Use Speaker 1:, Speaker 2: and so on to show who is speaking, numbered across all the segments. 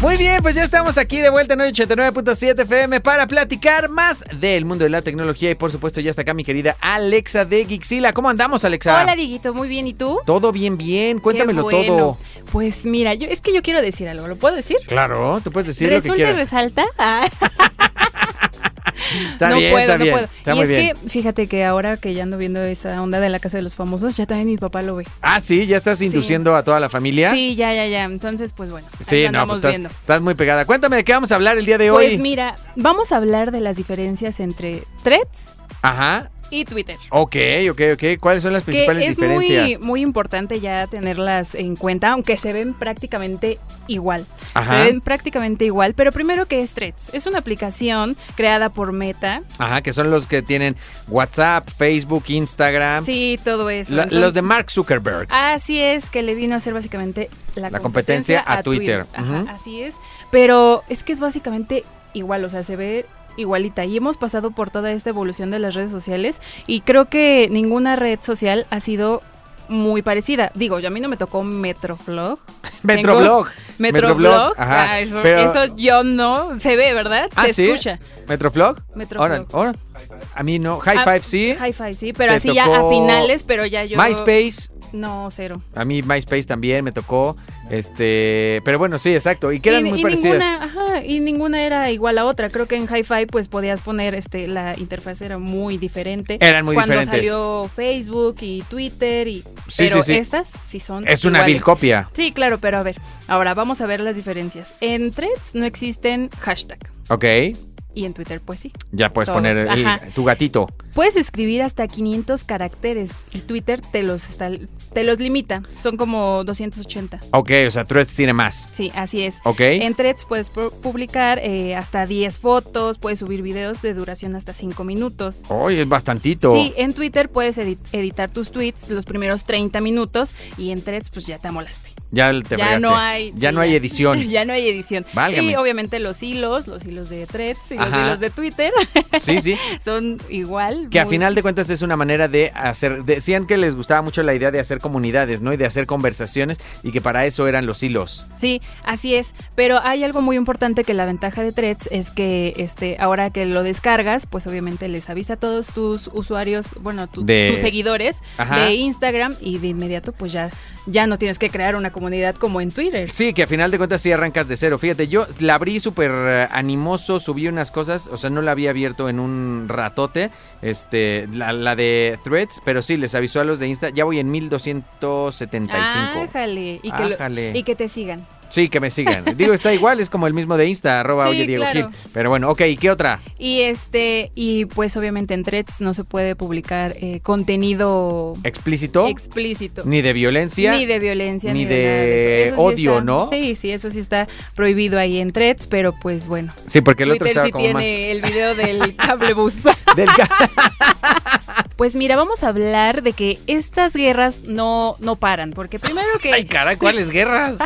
Speaker 1: Muy bien, pues ya estamos aquí de vuelta en 89.7 FM para platicar más del mundo de la tecnología y por supuesto ya está acá mi querida Alexa de Gixila. ¿Cómo andamos, Alexa?
Speaker 2: Hola, Dieguito, muy bien. ¿Y tú?
Speaker 1: Todo bien, bien. Cuéntamelo
Speaker 2: Qué bueno.
Speaker 1: todo.
Speaker 2: Pues mira, yo, es que yo quiero decir algo. ¿Lo puedo decir?
Speaker 1: Claro, tú puedes decir lo
Speaker 2: ¿Resulta
Speaker 1: que
Speaker 2: y
Speaker 1: quieras.
Speaker 2: resalta? Ah,
Speaker 1: Está
Speaker 2: no
Speaker 1: bien,
Speaker 2: puedo,
Speaker 1: está
Speaker 2: no
Speaker 1: bien.
Speaker 2: puedo.
Speaker 1: Está
Speaker 2: y
Speaker 1: muy
Speaker 2: es
Speaker 1: bien.
Speaker 2: que fíjate que ahora que ya ando viendo esa onda de la casa de los famosos, ya también mi papá lo ve.
Speaker 1: Ah, sí, ya estás
Speaker 2: Sí.
Speaker 1: induciendo a toda la familia.
Speaker 2: Sí, ya, ya, ya. Entonces, pues bueno, ahí
Speaker 1: Sí, no,
Speaker 2: lo
Speaker 1: pues
Speaker 2: andamos
Speaker 1: estás,
Speaker 2: viendo.
Speaker 1: estás muy pegada. Cuéntame de qué vamos a hablar el día de hoy.
Speaker 2: Pues mira, vamos a hablar de las diferencias entre threads
Speaker 1: Ajá.
Speaker 2: y Twitter.
Speaker 1: Ok, ok, ok. ¿Cuáles son las
Speaker 2: Que
Speaker 1: principales
Speaker 2: es
Speaker 1: diferencias?
Speaker 2: muy, muy importante ya tenerlas en cuenta, aunque se ven prácticamente igual.
Speaker 1: Ajá.
Speaker 2: Se ven prácticamente igual, pero primero que es Threads. Es una aplicación creada por Meta.
Speaker 1: Ajá, que son los que tienen WhatsApp, Facebook, Instagram.
Speaker 2: Sí, Ah, todo eso.
Speaker 1: Ah. La-
Speaker 2: Entonces,
Speaker 1: los de Mark Zuckerberg.
Speaker 2: Así es, que le vino a hacer básicamente la,
Speaker 1: La competencia a Twitter.
Speaker 2: Ajá,
Speaker 1: Ujú.
Speaker 2: Así es. Pero es que es básicamente igual, o sea, se ve igualita. Y hemos pasado por toda esta evolución de las redes sociales y creo que ninguna red social ha sido muy parecida. Digo, yo a mí no me tocó Metroflog.
Speaker 1: Metroblog.
Speaker 2: Metroblog.
Speaker 1: ajá.
Speaker 2: ah, eso,
Speaker 1: Pero-
Speaker 2: eso yo no. Se ve, ¿verdad?
Speaker 1: Ah,
Speaker 2: se
Speaker 1: ¿sí?
Speaker 2: escucha.
Speaker 1: ¿Metroflog?
Speaker 2: Metroflog.
Speaker 1: Ahora, ahora. A mí no. High
Speaker 2: Ah,
Speaker 1: Five sí.
Speaker 2: Hi-Fi, sí, pero
Speaker 1: Te
Speaker 2: así ya
Speaker 1: tocó
Speaker 2: a finales, pero ya yo.
Speaker 1: MySpace.
Speaker 2: No, cero.
Speaker 1: A mí MySpace también me tocó. Este. Pero bueno, sí, exacto. Y quedan
Speaker 2: y,
Speaker 1: muy
Speaker 2: y
Speaker 1: parecidas.
Speaker 2: ninguna, ajá, y ninguna era igual a otra. Creo que en Hi-Fi pues podías poner este la interfaz era muy diferente.
Speaker 1: Eran muy
Speaker 2: Cuando
Speaker 1: diferentes.
Speaker 2: salió Facebook y Twitter y
Speaker 1: Sí,
Speaker 2: pero
Speaker 1: sí, sí.
Speaker 2: estas sí son
Speaker 1: Es una
Speaker 2: iguales.
Speaker 1: vil copia.
Speaker 2: Sí, claro, pero a ver, ahora vamos a ver las diferencias. En Threads no existen hashtag
Speaker 1: Ok.
Speaker 2: y en Twitter pues sí.
Speaker 1: Ya puedes
Speaker 2: Todos,
Speaker 1: poner el-
Speaker 2: ajá.
Speaker 1: tu gatito.
Speaker 2: Puedes escribir hasta 500 caracteres y Twitter te los está- te los limita, son como 280.
Speaker 1: Ok, o sea, Threads tiene más.
Speaker 2: Sí, así es.
Speaker 1: Ok.
Speaker 2: En threads puedes pu- publicar eh, hasta 10 fotos, puedes subir videos de duración hasta 5 minutos.
Speaker 1: Hoy es bastantito.
Speaker 2: Sí, en Twitter puedes edit- editar tus tweets los primeros 30 minutos y en threads pues ya te amolaste.
Speaker 1: Ya te
Speaker 2: ya
Speaker 1: fregaste.
Speaker 2: no hay
Speaker 1: Ya
Speaker 2: sí,
Speaker 1: no hay edición.
Speaker 2: ya no hay edición.
Speaker 1: Válgame.
Speaker 2: Y obviamente los hilos, los hilos de threads y
Speaker 1: Ajá.
Speaker 2: los hilos de Twitter
Speaker 1: Sí, sí.
Speaker 2: son igual.
Speaker 1: Que a
Speaker 2: muy-
Speaker 1: final de cuentas es una manera de hacer, decían que les gustaba mucho la idea de hacer comunidades, ¿no? Y de hacer conversaciones y que para eso eran los hilos.
Speaker 2: Sí, así es. Pero hay algo muy importante que la ventaja de Threads es que este, ahora que lo descargas, pues obviamente les avisa a todos tus usuarios, bueno, tu-
Speaker 1: De-
Speaker 2: tus seguidores
Speaker 1: Ajá.
Speaker 2: de Instagram y de inmediato pues ya, ya no tienes que crear una comunidad como en Twitter.
Speaker 1: Sí, que a final de cuentas sí arrancas de cero. Fíjate, yo la abrí súper eh, animoso, subí unas cosas, o sea, no la había abierto en un ratote, este, la, la de Threads, pero sí, les avisó a los de Insta, ya voy en
Speaker 2: Ah,
Speaker 1: 1275.
Speaker 2: Ájale, y, que lo-
Speaker 1: Ájale.
Speaker 2: y que te sigan.
Speaker 1: Sí, que me sigan. Digo, está igual, es como el mismo de Insta, arroba
Speaker 2: Sí,
Speaker 1: oye Diego
Speaker 2: claro.
Speaker 1: Gil. Pero bueno, ok, ¿y qué otra?
Speaker 2: Y este, y pues obviamente en Threads no se puede publicar eh, contenido
Speaker 1: ¿Explícito?
Speaker 2: explícito.
Speaker 1: ni de violencia.
Speaker 2: Ni de violencia,
Speaker 1: ni
Speaker 2: ni,
Speaker 1: de
Speaker 2: de, nada de eso. Eso sí
Speaker 1: odio,
Speaker 2: está-
Speaker 1: ¿no?
Speaker 2: Sí, sí, eso sí está prohibido ahí en threads, pero pues bueno.
Speaker 1: Sí, porque el otro
Speaker 2: Twitter
Speaker 1: estaba
Speaker 2: sí
Speaker 1: como
Speaker 2: tiene
Speaker 1: más...
Speaker 2: el video del cablebus.
Speaker 1: Del ca-
Speaker 2: pues mira, vamos a hablar de que estas guerras no, no paran, porque primero
Speaker 1: Ay,
Speaker 2: que
Speaker 1: caray, ¿cuáles guerras?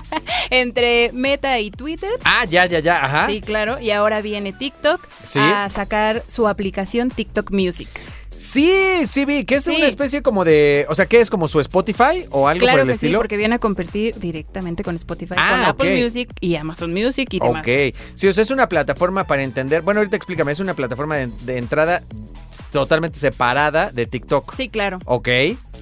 Speaker 2: entre Meta y Twitter,
Speaker 1: Ah, ya, ya, ya, ajá.
Speaker 2: sí, claro, y ahora viene TikTok
Speaker 1: Sí.
Speaker 2: a sacar su aplicación TikTok Music.
Speaker 1: Sí, sí vi, que es
Speaker 2: Sí.
Speaker 1: una especie como de... O sea, ¿qué es como su Spotify o algo
Speaker 2: Claro
Speaker 1: por
Speaker 2: que
Speaker 1: el
Speaker 2: sí,
Speaker 1: estilo?
Speaker 2: porque viene a competir directamente con Spotify,
Speaker 1: Ah,
Speaker 2: con Apple
Speaker 1: ok.
Speaker 2: Music y Amazon Music y demás.
Speaker 1: Ok, sí, o sea, es una plataforma para entender... Bueno, ahorita explícame, es una plataforma de, de entrada totalmente separada de TikTok.
Speaker 2: Sí, claro.
Speaker 1: Ok,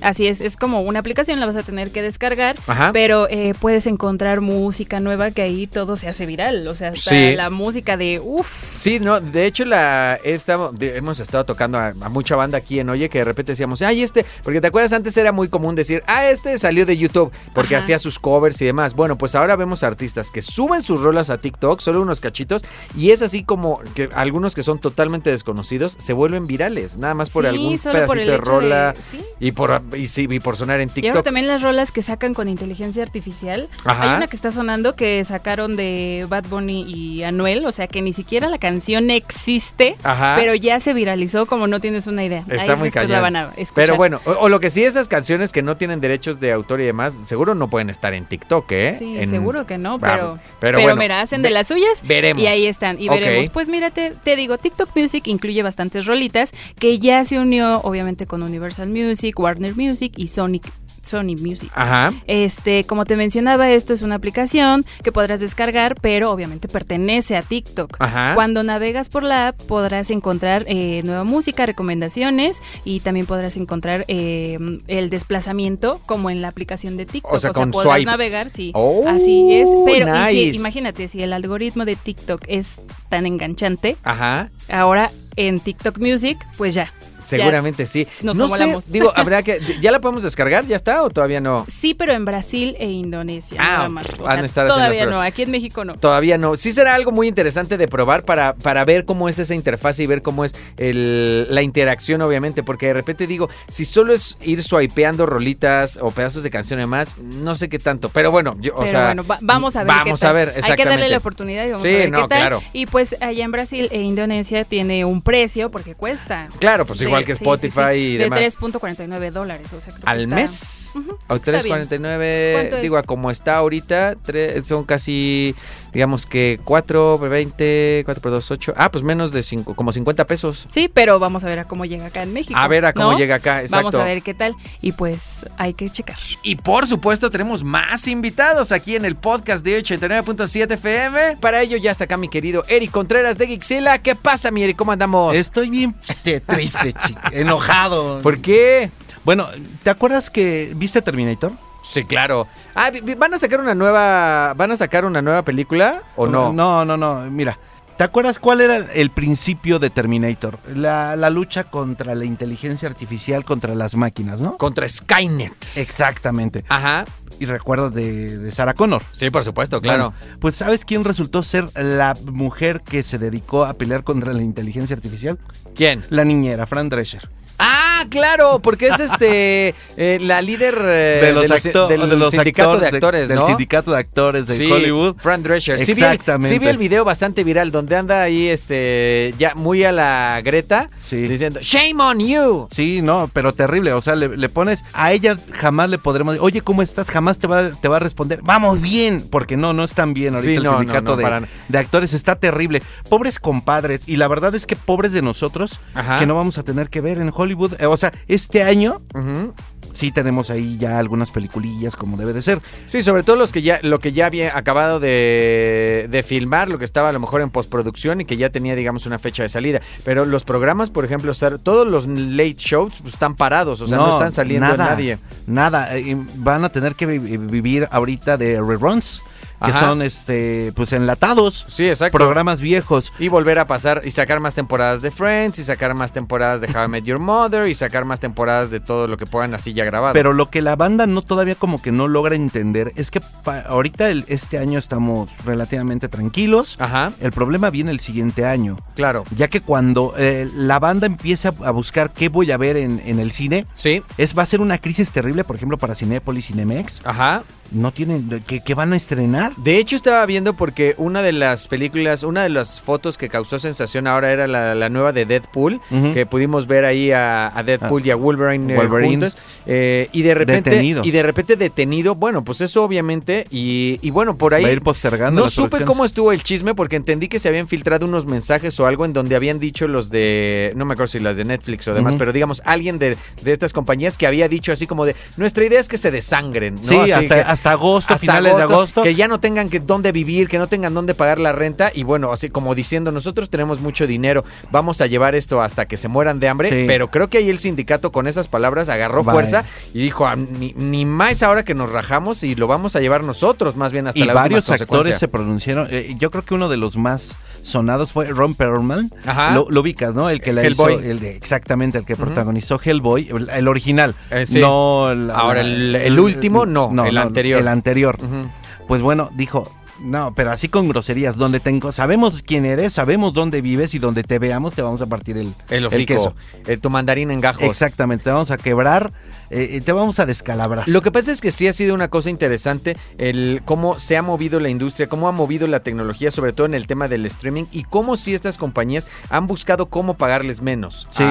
Speaker 2: Así es, es como una aplicación, la vas a tener que descargar,
Speaker 1: ajá.
Speaker 2: pero eh, puedes encontrar música nueva que ahí todo se hace viral, o sea, hasta
Speaker 1: Sí.
Speaker 2: la música de uff.
Speaker 1: Sí, no, de hecho la esta- de- hemos estado tocando a, a mucha banda aquí en Oye que de repente decíamos, ay, este, porque te acuerdas antes era muy común decir, ah, este salió de YouTube porque
Speaker 2: Ajá.
Speaker 1: hacía sus covers y demás. Bueno, pues ahora vemos artistas que suben sus rolas a TikTok, solo unos cachitos, y es así como que algunos que son totalmente desconocidos se vuelven virales, nada más por
Speaker 2: Sí,
Speaker 1: algún
Speaker 2: solo
Speaker 1: pedacito
Speaker 2: por el
Speaker 1: de
Speaker 2: hecho
Speaker 1: rola
Speaker 2: de- sí,
Speaker 1: y por y sí, y por sonar en
Speaker 2: Y ahora
Speaker 1: TikTok.
Speaker 2: también las rolas que sacan con inteligencia artificial.
Speaker 1: Ajá.
Speaker 2: Hay una que está sonando que sacaron de Bad Bunny y Anuel, o sea que ni siquiera la canción existe,
Speaker 1: Ajá.
Speaker 2: pero ya se viralizó como no tienes una idea.
Speaker 1: Ah. Está
Speaker 2: Ahí
Speaker 1: muy
Speaker 2: después
Speaker 1: cañón.
Speaker 2: la van a escuchar.
Speaker 1: Pero bueno, o, o lo que sí, esas canciones que no tienen derechos de autor y demás, seguro no pueden estar en TikTok, ¿eh?
Speaker 2: Sí,
Speaker 1: En-
Speaker 2: seguro que no,
Speaker 1: Ah,
Speaker 2: pero,
Speaker 1: pero
Speaker 2: pero,
Speaker 1: bueno,
Speaker 2: mira, hacen
Speaker 1: ve-
Speaker 2: de las suyas
Speaker 1: Veremos.
Speaker 2: y ahí están. Y
Speaker 1: Ok.
Speaker 2: veremos. Pues mira, te, te digo, TikTok Music incluye bastantes rolitas que ya se unió obviamente con Universal Music, Warner Music y Sonic, Sony Music.
Speaker 1: Ajá.
Speaker 2: Este, como te mencionaba, esto es una aplicación que podrás descargar, pero obviamente pertenece a TikTok.
Speaker 1: Ajá.
Speaker 2: Cuando navegas por la app podrás encontrar eh, nueva música, recomendaciones y también podrás encontrar eh, el desplazamiento como en la aplicación de TikTok.
Speaker 1: O sea, con
Speaker 2: podrás
Speaker 1: swipe.
Speaker 2: navegar, sí.
Speaker 1: Oh,
Speaker 2: así es. Pero y si-
Speaker 1: nice.
Speaker 2: imagínate, si el algoritmo de TikTok es tan enganchante,
Speaker 1: Ajá.
Speaker 2: ahora en TikTok Music, pues ya.
Speaker 1: Seguramente sí.
Speaker 2: Nos
Speaker 1: no sé,
Speaker 2: amolamos.
Speaker 1: digo, habrá que. ¿Ya la podemos descargar? ¿Ya está o todavía no?
Speaker 2: Sí, pero en Brasil e Indonesia.
Speaker 1: Ah,
Speaker 2: nada más.
Speaker 1: van a estar haciendo las
Speaker 2: todavía
Speaker 1: pruebas.
Speaker 2: no, aquí en México no.
Speaker 1: Todavía no. Sí será algo muy interesante de probar para, para ver cómo es esa interfaz y ver cómo es el- la interacción, obviamente, porque de repente digo, si solo es ir swipeando rolitas o pedazos de canciones más, no sé qué tanto. Pero bueno, yo, o
Speaker 2: Pero
Speaker 1: sea,
Speaker 2: bueno, va- vamos a ver.
Speaker 1: Vamos
Speaker 2: qué tal.
Speaker 1: a ver,
Speaker 2: Hay que darle
Speaker 1: exactamente.
Speaker 2: la oportunidad y vamos
Speaker 1: Sí,
Speaker 2: a ver
Speaker 1: no,
Speaker 2: qué tal.
Speaker 1: claro.
Speaker 2: Y pues allá en Brasil e Indonesia tiene un precio porque cuesta.
Speaker 1: Claro, pues igual
Speaker 2: de-
Speaker 1: que
Speaker 2: sí,
Speaker 1: Spotify
Speaker 2: sí, sí,
Speaker 1: y
Speaker 2: de
Speaker 1: demás.
Speaker 2: 3.49 dólares. O sea, creo que
Speaker 1: ¿Al
Speaker 2: está-
Speaker 1: mes?
Speaker 2: Ujú,
Speaker 1: O
Speaker 2: está bien.
Speaker 1: 3.49,
Speaker 2: ¿Cuánto es?
Speaker 1: digo, a como está ahorita, tres- son casi, digamos que 4 por 20, 4 por 2, 8. Ah, pues menos de 5, como 50 pesos.
Speaker 2: Sí, pero vamos a ver a cómo llega acá en México.
Speaker 1: A ver a cómo
Speaker 2: ¿no?
Speaker 1: llega acá, exacto.
Speaker 2: Vamos a ver qué tal. Y pues hay que checar.
Speaker 3: Y por supuesto tenemos más invitados aquí en el podcast de 89.7 FM.
Speaker 1: Para ello ya está acá mi querido Eric Contreras de Gixila. ¿Qué pasa, mi Eric? ¿Cómo andamos?
Speaker 4: Estoy bien te- triste, chica, enojado.
Speaker 1: ¿Por qué?
Speaker 4: Bueno, ¿te acuerdas que viste Terminator?
Speaker 1: Sí, claro. Ah, vi- vi- ¿van a sacar una nueva van a sacar una nueva película o no?
Speaker 4: No, no, no, mira. ¿Te acuerdas cuál era el principio de Terminator? La, la lucha contra la inteligencia artificial, contra las máquinas, ¿no?
Speaker 1: Contra Skynet.
Speaker 4: Exactamente.
Speaker 1: Ajá.
Speaker 4: Y recuerdas de, de Sarah Connor.
Speaker 1: Sí, por supuesto, claro.
Speaker 4: Bueno, pues ¿sabes quién resultó ser la mujer que se dedicó a pelear contra la inteligencia artificial?
Speaker 1: ¿Quién?
Speaker 4: La niñera, Fran Drescher.
Speaker 1: Ah, claro, porque es este eh, la líder eh,
Speaker 4: de los, acto-
Speaker 1: del
Speaker 4: de los
Speaker 1: sindicato
Speaker 4: actores
Speaker 1: de actores,
Speaker 4: del
Speaker 1: ¿no?
Speaker 4: sindicato de actores de
Speaker 1: Sí,
Speaker 4: Hollywood.
Speaker 1: Fran Drescher. Sí vi el-
Speaker 4: Exactamente.
Speaker 1: Sí vi, el video bastante viral donde anda ahí este ya muy a la Greta
Speaker 4: Sí.
Speaker 1: diciendo "Shame on you".
Speaker 4: Sí, no, pero terrible. O sea, le, le pones a ella jamás le podremos. Oye, ¿cómo estás? Jamás te va, te va a responder. Vamos bien, porque no, no están bien. Ahorita
Speaker 1: Sí,
Speaker 4: el
Speaker 1: no, no,
Speaker 4: sindicato
Speaker 1: no,
Speaker 4: de,
Speaker 1: para-
Speaker 4: de actores está terrible. Pobres compadres. Y la verdad es que pobres de nosotros
Speaker 1: Ajá.
Speaker 4: que no vamos a tener que ver en Hollywood. Eh, O sea, este año
Speaker 1: Ujú.
Speaker 4: sí tenemos ahí ya algunas peliculillas como debe de ser.
Speaker 1: Sí, sobre todo los que ya, lo que ya había acabado de, de filmar, lo que estaba a lo mejor en postproducción y que ya tenía, digamos, una fecha de salida. Pero los programas, por ejemplo, o sea, todos los late shows pues, están parados, o sea, no, están saliendo
Speaker 4: nada,
Speaker 1: nadie.
Speaker 4: Nada, eh, van a tener que vi- eh, vivir ahorita de reruns, que
Speaker 1: Ajá.
Speaker 4: son este pues enlatados,
Speaker 1: Sí, exacto.
Speaker 4: programas viejos.
Speaker 1: Y volver a pasar y sacar más temporadas de Friends y sacar más temporadas de How I Met Your Mother y sacar más temporadas de todo lo que puedan así ya grabado.
Speaker 4: Pero lo que la banda no todavía como que no logra entender es que pa- ahorita el- este año estamos relativamente tranquilos.
Speaker 1: Ajá,
Speaker 4: El problema viene el siguiente año,
Speaker 1: claro.
Speaker 4: ya que cuando eh, la banda empiece a, a buscar qué voy a ver en, en el cine,
Speaker 1: Sí,
Speaker 4: es va a ser una crisis terrible, por ejemplo, para Cinépolis, Cinemex.
Speaker 1: ajá.
Speaker 4: No tienen, ¿qué, qué van a estrenar?
Speaker 1: De hecho, estaba viendo porque una de las películas, una de las fotos que causó sensación ahora era la, la nueva de Deadpool,
Speaker 4: Ujú.
Speaker 1: que pudimos ver ahí a, a Deadpool y a Wolverine, eh,
Speaker 4: Wolverine.
Speaker 1: juntos. Eh, y de repente.
Speaker 4: Detenido.
Speaker 1: Y de repente detenido. Bueno, pues eso obviamente. Y, y bueno, por ahí.
Speaker 4: Va a ir postergando.
Speaker 1: No
Speaker 4: las
Speaker 1: supe
Speaker 4: producciones.
Speaker 1: cómo estuvo el chisme porque entendí que se habían filtrado unos mensajes o algo en donde habían dicho los de, no me acuerdo si las de Netflix o demás,
Speaker 4: Ujú.
Speaker 1: pero digamos alguien de, de estas compañías que había dicho así como de, nuestra idea es que se desangren, ¿no?
Speaker 4: Sí,
Speaker 1: Así
Speaker 4: hasta,
Speaker 1: que-
Speaker 4: hasta agosto,
Speaker 1: hasta
Speaker 4: finales de agosto.
Speaker 1: Que ya no tengan que dónde vivir, que no tengan dónde pagar la renta. Y bueno, así como diciendo, nosotros tenemos mucho dinero, vamos a llevar esto hasta que se mueran de hambre.
Speaker 4: Sí.
Speaker 1: Pero creo que ahí el sindicato con esas palabras agarró
Speaker 4: Vaya.
Speaker 1: fuerza y dijo, "Ah, ni, ni más ahora que nos rajamos y lo vamos a llevar nosotros más bien hasta
Speaker 4: y
Speaker 1: la
Speaker 4: varios
Speaker 1: última consecuencia".
Speaker 4: actores se pronunciaron. eh, yo creo que uno de los más sonados fue Ron Perlman.
Speaker 1: Ajá.
Speaker 4: Lo, lo ubicas, ¿no? El que la hizo-
Speaker 1: Hellboy.
Speaker 4: el de- exactamente, el que
Speaker 1: Ujú.
Speaker 4: protagonizó Hellboy, el, el original.
Speaker 1: Eh, sí.
Speaker 4: No la-
Speaker 1: Ahora, el- el último, no, el anterior.
Speaker 4: El anterior.
Speaker 1: Ujú.
Speaker 4: Pues bueno, dijo. No, pero así con groserías, donde tengo, sabemos quién eres, sabemos dónde vives y donde te veamos te vamos a partir el,
Speaker 1: El hocico,
Speaker 4: queso.
Speaker 1: eh, tu mandarín en gajos.
Speaker 4: Exactamente, te vamos a quebrar eh, te vamos a descalabrar.
Speaker 1: Lo que pasa es que sí ha sido una cosa interesante el cómo se ha movido la industria, cómo ha movido la tecnología, sobre todo en el tema del streaming y cómo sí estas compañías han buscado cómo pagarles menos.
Speaker 4: Sí,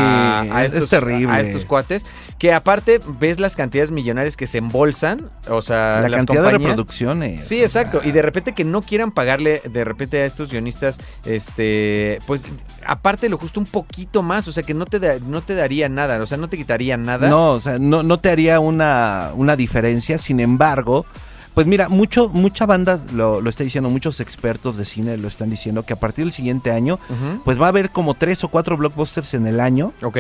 Speaker 4: es- es terrible.
Speaker 1: A estos cuates, que aparte ves las cantidades millonarias que se embolsan, o sea,
Speaker 4: la
Speaker 1: las
Speaker 4: cantidad de
Speaker 1: compañías.
Speaker 4: reproducciones.
Speaker 1: Sí,
Speaker 4: o
Speaker 1: exacto.
Speaker 4: sea,
Speaker 1: Y de repente que no quieran pagarle de repente a estos guionistas, este, pues aparte lo justo un poquito más, o sea que no te da- no te daría nada, o sea no te quitaría nada.
Speaker 4: No, o sea, no, no te haría una, una diferencia, sin embargo, pues mira, mucho, mucha banda lo, lo está diciendo, muchos expertos de cine lo están diciendo, que a partir del siguiente año,
Speaker 1: Ujú.
Speaker 4: pues va a haber como tres o cuatro blockbusters en el año,
Speaker 1: Ok.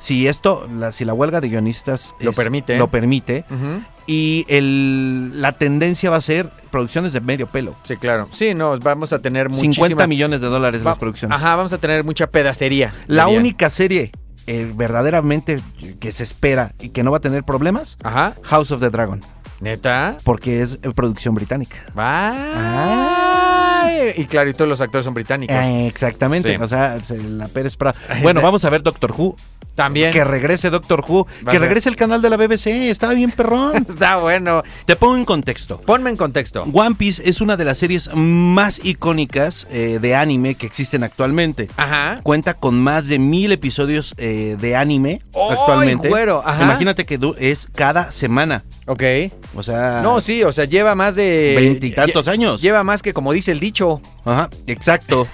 Speaker 4: si esto, la, si la huelga de guionistas
Speaker 1: Lo permite.
Speaker 4: lo permite,
Speaker 1: Ujú.
Speaker 4: y el, la tendencia va a ser producciones de medio pelo.
Speaker 1: Sí, claro. Sí, no, vamos a tener muchísimas...
Speaker 4: 50 millones de dólares
Speaker 1: Va-
Speaker 4: las producciones.
Speaker 1: Ajá, vamos a tener mucha pedacería.
Speaker 4: La
Speaker 1: dirían.
Speaker 4: única serie eh, verdaderamente que se espera y que no va a tener problemas,
Speaker 1: Ajá,
Speaker 4: House of the Dragon,
Speaker 1: neta.
Speaker 4: porque es eh, producción británica.
Speaker 1: Va. Y claro, y todos los actores son británicos.
Speaker 4: Ah. Eh, exactamente,
Speaker 1: Sí.
Speaker 4: o sea, se- la Pérez Prado. Bueno, vamos a ver Doctor Who,
Speaker 1: También.
Speaker 4: que regrese Doctor Who,
Speaker 1: Va a
Speaker 4: que
Speaker 1: ser.
Speaker 4: regrese el canal de la BBC, estaba bien perrón.
Speaker 1: Está bueno.
Speaker 4: Te pongo en contexto.
Speaker 1: Ponme en contexto.
Speaker 4: One Piece es una de las series más icónicas eh, de anime que existen actualmente.
Speaker 1: Ajá.
Speaker 4: Cuenta con más de mil episodios eh, de anime
Speaker 1: ¡Ay,
Speaker 4: actualmente.
Speaker 1: güero! Ajá.
Speaker 4: Imagínate que du- es cada semana.
Speaker 1: Ok.
Speaker 4: O sea,
Speaker 1: No, sí, o sea, lleva más de...
Speaker 4: Ah. veintitantos años.
Speaker 1: Lleva más que, como dice el dicho,
Speaker 4: Ajá, exacto.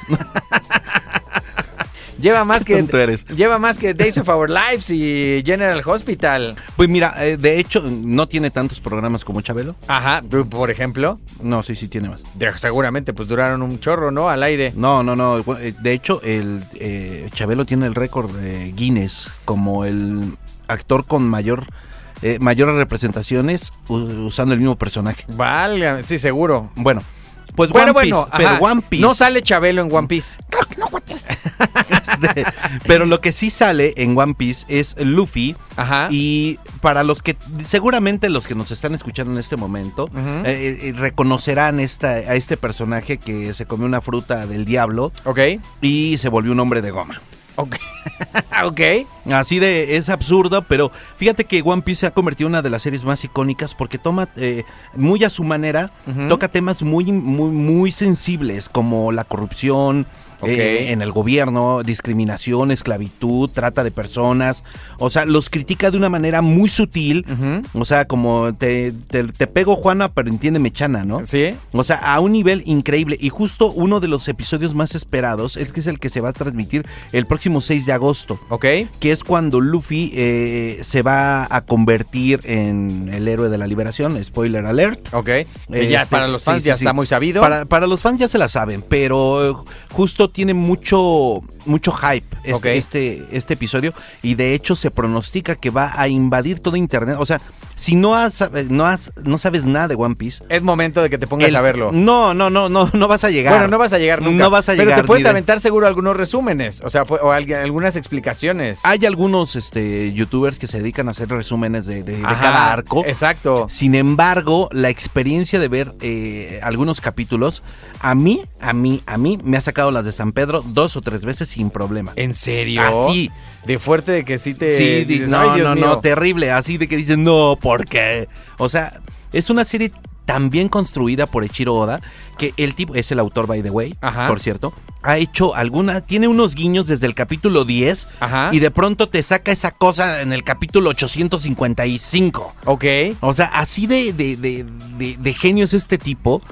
Speaker 1: lleva más que...
Speaker 4: Tonto eres.
Speaker 1: Lleva más que Days of Our Lives y General Hospital.
Speaker 4: Pues mira, eh, de hecho, no tiene tantos programas como Chabelo.
Speaker 1: Ajá, por ejemplo.
Speaker 4: No, sí, sí tiene más.
Speaker 1: De- seguramente, pues duraron un chorro, ¿no? Al aire.
Speaker 4: No, no, no. eh, De hecho, el eh, Chabelo tiene el récord de Guinness como el actor con mayor eh, mayores representaciones u- usando el mismo personaje.
Speaker 1: Válgame, sí, seguro.
Speaker 4: Bueno, pues
Speaker 1: bueno,
Speaker 4: One Piece,
Speaker 1: bueno, ajá.
Speaker 4: pero One Piece.
Speaker 1: No sale Chabelo en One Piece.
Speaker 4: este, pero lo que sí sale en One Piece es Luffy.
Speaker 1: Ajá.
Speaker 4: Y para los que, seguramente los que nos están escuchando en este momento,
Speaker 1: Ujú.
Speaker 4: eh, eh, reconocerán esta, a este personaje que se comió una fruta del diablo
Speaker 1: Ok,
Speaker 4: y se volvió un hombre de goma.
Speaker 1: ok. ok.
Speaker 4: Así de, es absurdo, pero fíjate que One Piece se ha convertido en una de las series más icónicas porque toma eh, muy a su manera,
Speaker 1: Ujú.
Speaker 4: toca temas muy, muy, muy sensibles como la corrupción.
Speaker 1: Ok.
Speaker 4: eh, en el gobierno, discriminación, esclavitud, trata de personas, o sea, los critica de una manera muy sutil,
Speaker 1: Ujú.
Speaker 4: o sea, como te, te, te pego Juana, pero entiéndeme Chana, ¿no?
Speaker 1: Sí.
Speaker 4: O sea, a un nivel increíble. Y justo uno de los episodios más esperados es que es el que se va a transmitir el próximo 6 de agosto
Speaker 1: Ok.
Speaker 4: que es cuando Luffy eh, se va a convertir en el héroe de la liberación, spoiler alert.
Speaker 1: Ok. ya
Speaker 4: Este,
Speaker 1: para los
Speaker 4: sí,
Speaker 1: fans
Speaker 4: sí,
Speaker 1: ya
Speaker 4: sí.
Speaker 1: está muy sabido.
Speaker 4: Para, para los fans ya se la saben, pero eh, justo tiene mucho, mucho hype este,
Speaker 1: Ok.
Speaker 4: este, este episodio y de hecho se pronostica que va a invadir todo Internet. O sea, si no, has, eh, no, has, no sabes nada de One Piece...
Speaker 1: Es momento de que te pongas
Speaker 4: el-
Speaker 1: a verlo.
Speaker 4: No, no, no, no, no vas a llegar.
Speaker 1: Bueno, no vas a llegar nunca.
Speaker 4: No vas a
Speaker 1: Pero
Speaker 4: llegar,
Speaker 1: te puedes
Speaker 4: ni de-
Speaker 1: aventar seguro algunos resúmenes. O sea, pu- o algu- algunas explicaciones.
Speaker 4: Hay algunos este, youtubers que se dedican a hacer resúmenes de, de- de
Speaker 1: Ajá,
Speaker 4: cada arco.
Speaker 1: Exacto.
Speaker 4: Sin embargo, la experiencia de ver eh, algunos capítulos, a mí, a mí, a mí, me ha sacado las de San Pedro dos o tres veces sin problema.
Speaker 1: ¿En serio?
Speaker 4: Así.
Speaker 1: De fuerte de que sí te.
Speaker 4: Ah, Sí, di-
Speaker 1: dices, "Ay,
Speaker 4: no,
Speaker 1: Dios
Speaker 4: no,
Speaker 1: mío".
Speaker 4: no, terrible. Así de que dicen, no, ¿por qué? O sea, es una serie tan bien construida por Echiro Oda que el tipo, es el autor, by the way,
Speaker 1: Ajá.
Speaker 4: por cierto, ha hecho alguna, tiene unos guiños desde el capítulo 10
Speaker 1: Ajá.
Speaker 4: y de pronto te saca esa cosa en el capítulo 855.
Speaker 1: Ok.
Speaker 4: O sea, así de, de, de- de- de genio es este tipo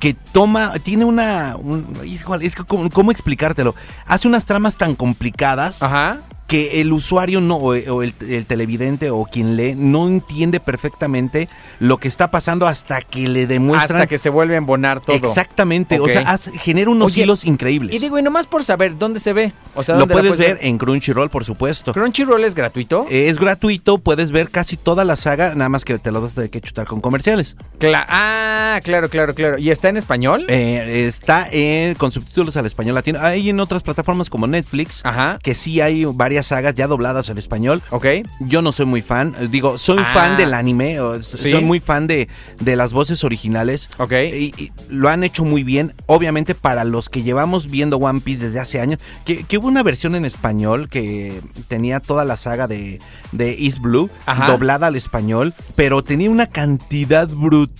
Speaker 4: que toma, tiene una... un- híjole, es que ¿cómo, cómo explicártelo? Hace unas tramas tan complicadas
Speaker 1: Ajá.
Speaker 4: que el usuario no, o, o el, el televidente o quien lee no entiende perfectamente lo que está pasando hasta que le demuestran...
Speaker 1: Hasta que se vuelve a embonar todo.
Speaker 4: Exactamente,
Speaker 1: Ok.
Speaker 4: o sea, hace- genera unos
Speaker 1: Oye,
Speaker 4: hilos increíbles.
Speaker 1: Y digo, y nomás por saber, ¿dónde se ve? O sea,
Speaker 4: lo
Speaker 1: ¿dónde la
Speaker 4: puedes ver en Eh, Crunchyroll, por supuesto.
Speaker 1: ¿Crunchyroll es gratuito?
Speaker 4: Es gratuito, puedes ver casi toda la saga, nada más que te lo vas a tener que chutar con comerciales.
Speaker 1: Cla- ah, claro, claro, claro. ¿Y está en español?
Speaker 4: Eh, está en- con subtítulos al español latino. Hay en otras plataformas como Netflix,
Speaker 1: Ajá.
Speaker 4: que sí hay varias varias sagas ya dobladas al español.
Speaker 1: Ok.
Speaker 4: Yo no soy muy fan, eh, digo, soy
Speaker 1: Ah.
Speaker 4: fan del anime, o-
Speaker 1: Sí.
Speaker 4: soy muy fan de, de las voces originales.
Speaker 1: Ok.
Speaker 4: Y, y lo han hecho muy bien, obviamente para los que llevamos viendo One Piece desde hace años, que, que hubo una versión en español que tenía toda la saga de, de East Blue,
Speaker 1: Ajá.
Speaker 4: doblada al español, pero tenía una cantidad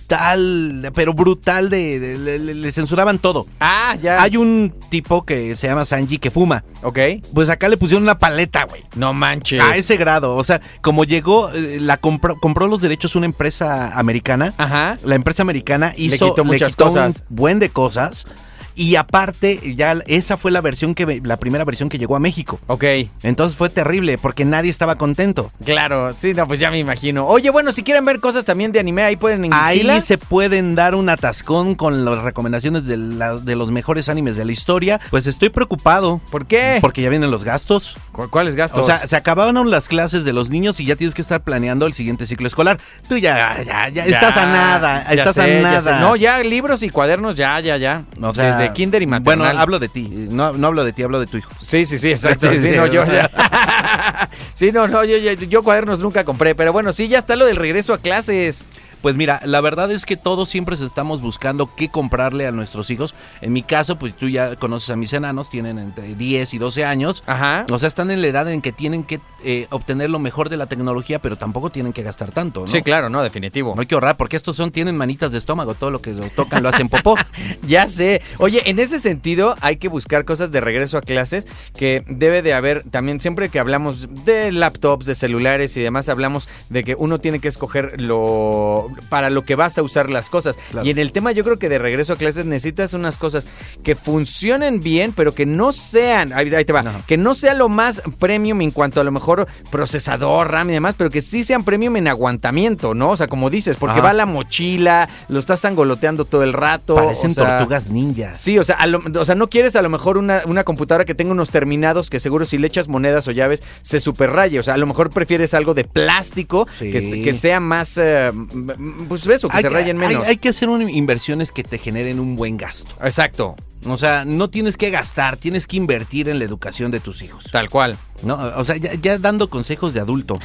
Speaker 4: brutal, pero brutal de... de- le- le- le censuraban todo.
Speaker 1: Ah, ya.
Speaker 4: Hay un tipo que se llama Sanji que fuma.
Speaker 1: Ok.
Speaker 4: Pues acá le pusieron una paleta, güey.
Speaker 1: No manches.
Speaker 4: A ese grado. O sea, como llegó, eh, la compró, compró los derechos una empresa americana.
Speaker 1: Ajá.
Speaker 4: La empresa americana hizo
Speaker 1: quitó muchas
Speaker 4: quitó un
Speaker 1: cosas.
Speaker 4: buen de cosas. Y aparte, ya esa fue la versión que ve- la primera versión que llegó a México.
Speaker 1: Ok.
Speaker 4: Entonces fue terrible porque nadie estaba contento.
Speaker 1: Claro, sí, no, pues ya me imagino. Oye, bueno, si quieren ver cosas también de anime, ahí pueden en
Speaker 4: Ahí
Speaker 1: Xila.
Speaker 4: se pueden dar un atascón con las recomendaciones de, la- de los mejores animes de la historia. Pues estoy preocupado
Speaker 1: ¿Por qué?
Speaker 4: porque ya vienen los gastos.
Speaker 1: ¿Cu- ¿Cuáles gastos?
Speaker 4: O sea, se acabaron las clases de los niños y ya tienes que estar planeando el siguiente ciclo escolar. Tú ya, ya,
Speaker 1: Ya,
Speaker 4: ya, estás a nada,
Speaker 1: ya
Speaker 4: estás
Speaker 1: sé,
Speaker 4: a
Speaker 1: ya
Speaker 4: nada.
Speaker 1: sé. No, ya libros y cuadernos, ya, ya, ya.
Speaker 4: O sea,
Speaker 1: Desde kinder y maternal.
Speaker 4: Bueno, hablo de ti, no, no hablo de ti, hablo de tu hijo.
Speaker 1: Sí, sí, sí, exacto. Sí, no, yo ya. Sí, no, no, yo, yo, yo cuadernos nunca compré, pero bueno, sí, ya está lo del regreso a clases.
Speaker 4: Pues mira, la verdad es que todos siempre estamos buscando qué comprarle a nuestros hijos. En mi caso, pues tú ya conoces a mis enanos, tienen entre 10 y 12 años.
Speaker 1: Ajá.
Speaker 4: O sea, están en la edad en que tienen que eh, obtener lo mejor de la tecnología, pero tampoco tienen que gastar tanto, ¿no?
Speaker 1: Sí, claro, no, definitivo.
Speaker 4: No hay que ahorrar, porque estos son, tienen manitas de estómago, todo lo que lo tocan lo hacen popó.
Speaker 1: Ya sé. Oye, en ese sentido hay que buscar cosas de regreso a clases que debe de haber también siempre que hablamos de laptops, de celulares y demás hablamos de que uno tiene que escoger lo para lo que vas a usar las cosas.
Speaker 4: Claro.
Speaker 1: Y en el tema yo creo que de regreso a clases necesitas unas cosas que funcionen bien, pero que no sean, ahí, ahí te va,
Speaker 4: Ajá.
Speaker 1: que no sea lo más premium en cuanto a lo mejor procesador, RAM y demás, pero que sí sean premium en aguantamiento, ¿no? O sea, como dices, porque
Speaker 4: Ajá.
Speaker 1: va la mochila, lo estás angoloteando todo el rato.
Speaker 4: Parecen
Speaker 1: o sea,
Speaker 4: tortugas ninjas.
Speaker 1: Sí, o sea, a lo- o sea, no quieres a lo mejor una, una computadora que tenga unos terminados que seguro si le echas monedas o llaves se superraye. O sea, a lo mejor prefieres algo de plástico
Speaker 4: Sí.
Speaker 1: que, se- que sea más, eh, m- m- pues eso, que se rayen menos.
Speaker 4: Hay, hay que hacer un- inversiones que te generen un buen gasto.
Speaker 1: Exacto,
Speaker 4: O sea, no tienes que gastar, tienes que invertir en la educación de tus hijos.
Speaker 1: tal cual.
Speaker 4: ¿no? O sea, ya, ya dando consejos de adulto.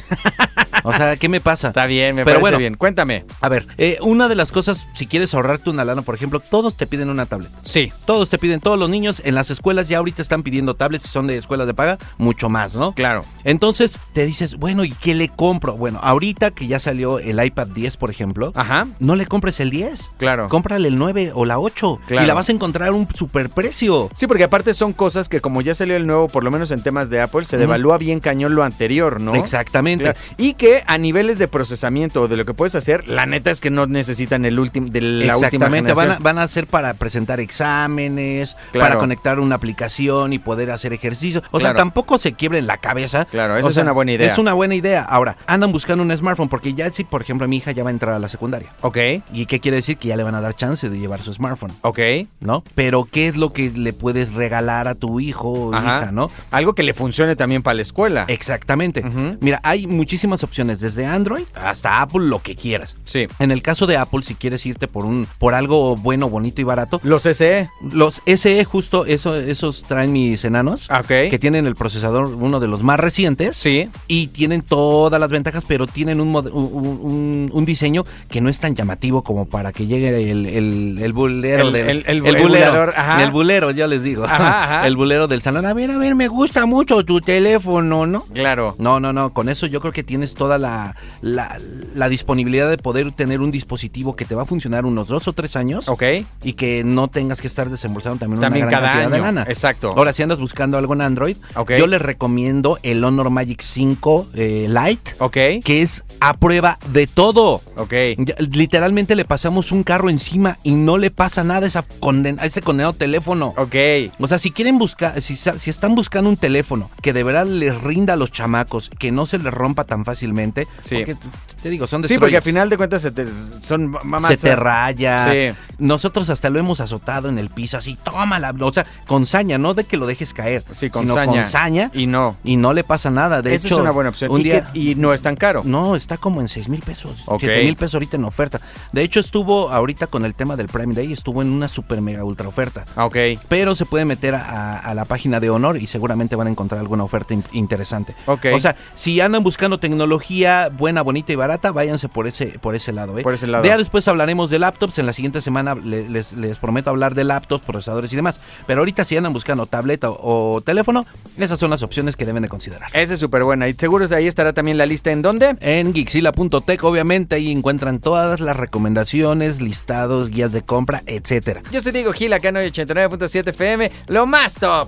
Speaker 4: O sea, ¿qué me pasa?
Speaker 1: Está bien, me
Speaker 4: Pero
Speaker 1: parece
Speaker 4: bueno.
Speaker 1: bien. Cuéntame.
Speaker 4: A ver, eh, una de las cosas, si quieres ahorrarte una lana, por ejemplo, todos te piden una tablet.
Speaker 1: Sí,
Speaker 4: Todos te piden, todos los niños en las escuelas ya ahorita están pidiendo tablets, si son de escuelas de paga, mucho más, ¿no?
Speaker 1: claro.
Speaker 4: Entonces te dices, bueno, ¿y qué le compro? Bueno, ahorita que ya salió el iPad 10, por ejemplo,
Speaker 1: Ajá,
Speaker 4: no le compres el 10.
Speaker 1: claro.
Speaker 4: Cómprale el 9 o la 8
Speaker 1: Claro.
Speaker 4: y la vas a encontrar a un superprecio.
Speaker 1: Sí, porque aparte son cosas que como ya salió el nuevo, por lo menos en temas de Apple, se
Speaker 4: Ujú.
Speaker 1: devalúa bien cañón lo anterior, ¿no?
Speaker 4: Exactamente.
Speaker 1: Claro. Y que a niveles de procesamiento o de lo que puedes hacer, la neta es que no necesitan el último de la última
Speaker 4: Exactamente, van a,
Speaker 1: generación.
Speaker 4: van a ser para presentar exámenes,
Speaker 1: Claro.
Speaker 4: para conectar una aplicación y poder hacer ejercicio. O sea,
Speaker 1: Claro.
Speaker 4: tampoco se quiebren la cabeza.
Speaker 1: Claro, esa
Speaker 4: O
Speaker 1: es
Speaker 4: sea,
Speaker 1: una buena idea.
Speaker 4: Es una buena idea. Ahora, andan buscando un smartphone porque ya si, por ejemplo, mi hija ya va a entrar a la secundaria.
Speaker 1: Ok,
Speaker 4: ¿Y qué quiere decir? Que ya le van a dar chance de llevar su smartphone,
Speaker 1: ok.
Speaker 4: ¿no? Pero ¿qué es lo que le puedes regalar a tu hijo o
Speaker 1: Ajá.
Speaker 4: hija, no?
Speaker 1: Algo que le funcione también para la escuela.
Speaker 4: Exactamente.
Speaker 1: Ah. Ujú.
Speaker 4: Mira, hay muchísimas opciones, desde Android hasta Apple, lo que quieras.
Speaker 1: Sí.
Speaker 4: En el caso de Apple, si quieres irte por un por algo bueno, bonito y barato,
Speaker 1: Los E. SE.
Speaker 4: Los SE, justo eso, esos traen mis enanos.
Speaker 1: Ah, Ok.
Speaker 4: Que tienen el procesador, uno de los más recientes.
Speaker 1: Sí.
Speaker 4: Y tienen todas las ventajas, pero tienen un, mod- un, un- un diseño que no es tan llamativo como para que llegue el, el, el bulero.
Speaker 1: El-
Speaker 4: del-
Speaker 1: el- el- el buleador, ajá.
Speaker 4: El bulero, yo les digo.
Speaker 1: Ajá, ajá.
Speaker 4: El bulero del salón. A ver, a ver, me gusta mucho tu teléfono, ¿no?
Speaker 1: Claro.
Speaker 4: No, no, no, con eso yo creo que tienes toda la, la, la disponibilidad de poder tener un dispositivo que te va a funcionar unos dos o tres años
Speaker 1: Ok.
Speaker 4: y que no tengas que estar desembolsando también,
Speaker 1: También
Speaker 4: una gran
Speaker 1: cada
Speaker 4: cantidad de
Speaker 1: año.
Speaker 4: lana.
Speaker 1: Exacto.
Speaker 4: Ahora, si andas buscando algo en Android,
Speaker 1: Ok.
Speaker 4: yo les recomiendo el Honor Magic 5 eh, Lite,
Speaker 1: Ok.
Speaker 4: que es a prueba de todo.
Speaker 1: Ok.
Speaker 4: Ya- Literalmente le pasamos un carro encima y no le pasa nada a, esa conden- a ese condenado teléfono.
Speaker 1: Ok.
Speaker 4: O sea, si quieren buscar, si, sa- si están buscando un teléfono que de verdad les rinda a los chamacos, que no se les rompa tan fácilmente,
Speaker 1: Sí.
Speaker 4: porque Te digo, son
Speaker 1: Sí, porque
Speaker 4: destroyers.
Speaker 1: al final de cuentas se te- son mamás.
Speaker 4: se te raya.
Speaker 1: Sí.
Speaker 4: Nosotros hasta lo hemos azotado en el piso, así, tómala. O sea, con saña, no de que lo dejes caer.
Speaker 1: Sí, con
Speaker 4: sino
Speaker 1: saña.
Speaker 4: Con saña y,
Speaker 1: Y no.
Speaker 4: no le pasa nada. De
Speaker 1: Esa
Speaker 4: hecho,
Speaker 1: es una buena opción.
Speaker 4: Un
Speaker 1: y,
Speaker 4: día,
Speaker 1: que- y no es tan caro.
Speaker 4: no, está como en 6 mil pesos.
Speaker 1: Ok.
Speaker 4: 7 mil pesos ahorita en oferta. De hecho, estuvo ahorita con el tema del Prime Day, estuvo en una super mega ultra oferta.
Speaker 1: Ah, Ok.
Speaker 4: Pero se puede meter a, a la página de Honor y seguramente van a encontrar alguna oferta in- interesante.
Speaker 1: Ok.
Speaker 4: O sea, si andan buscando tecnología buena, bonita y barata, váyanse por ese, por ese lado. ¿eh?
Speaker 1: Por ese lado.
Speaker 4: Ya después hablaremos de laptops. En la siguiente semana le- les, les prometo hablar de laptops, procesadores y demás. Pero ahorita si andan buscando tableta o, o teléfono, esas son las opciones que deben de considerar.
Speaker 1: Esa es súper buena. Y seguro de ahí estará también la lista en dónde.
Speaker 4: En Gixila.tech, obviamente, ahí encuentran todas las recomendaciones, listados, guías de compra, etcétera.
Speaker 1: Yo soy Diego Gil, acá en 89.7 FM. Lo más top.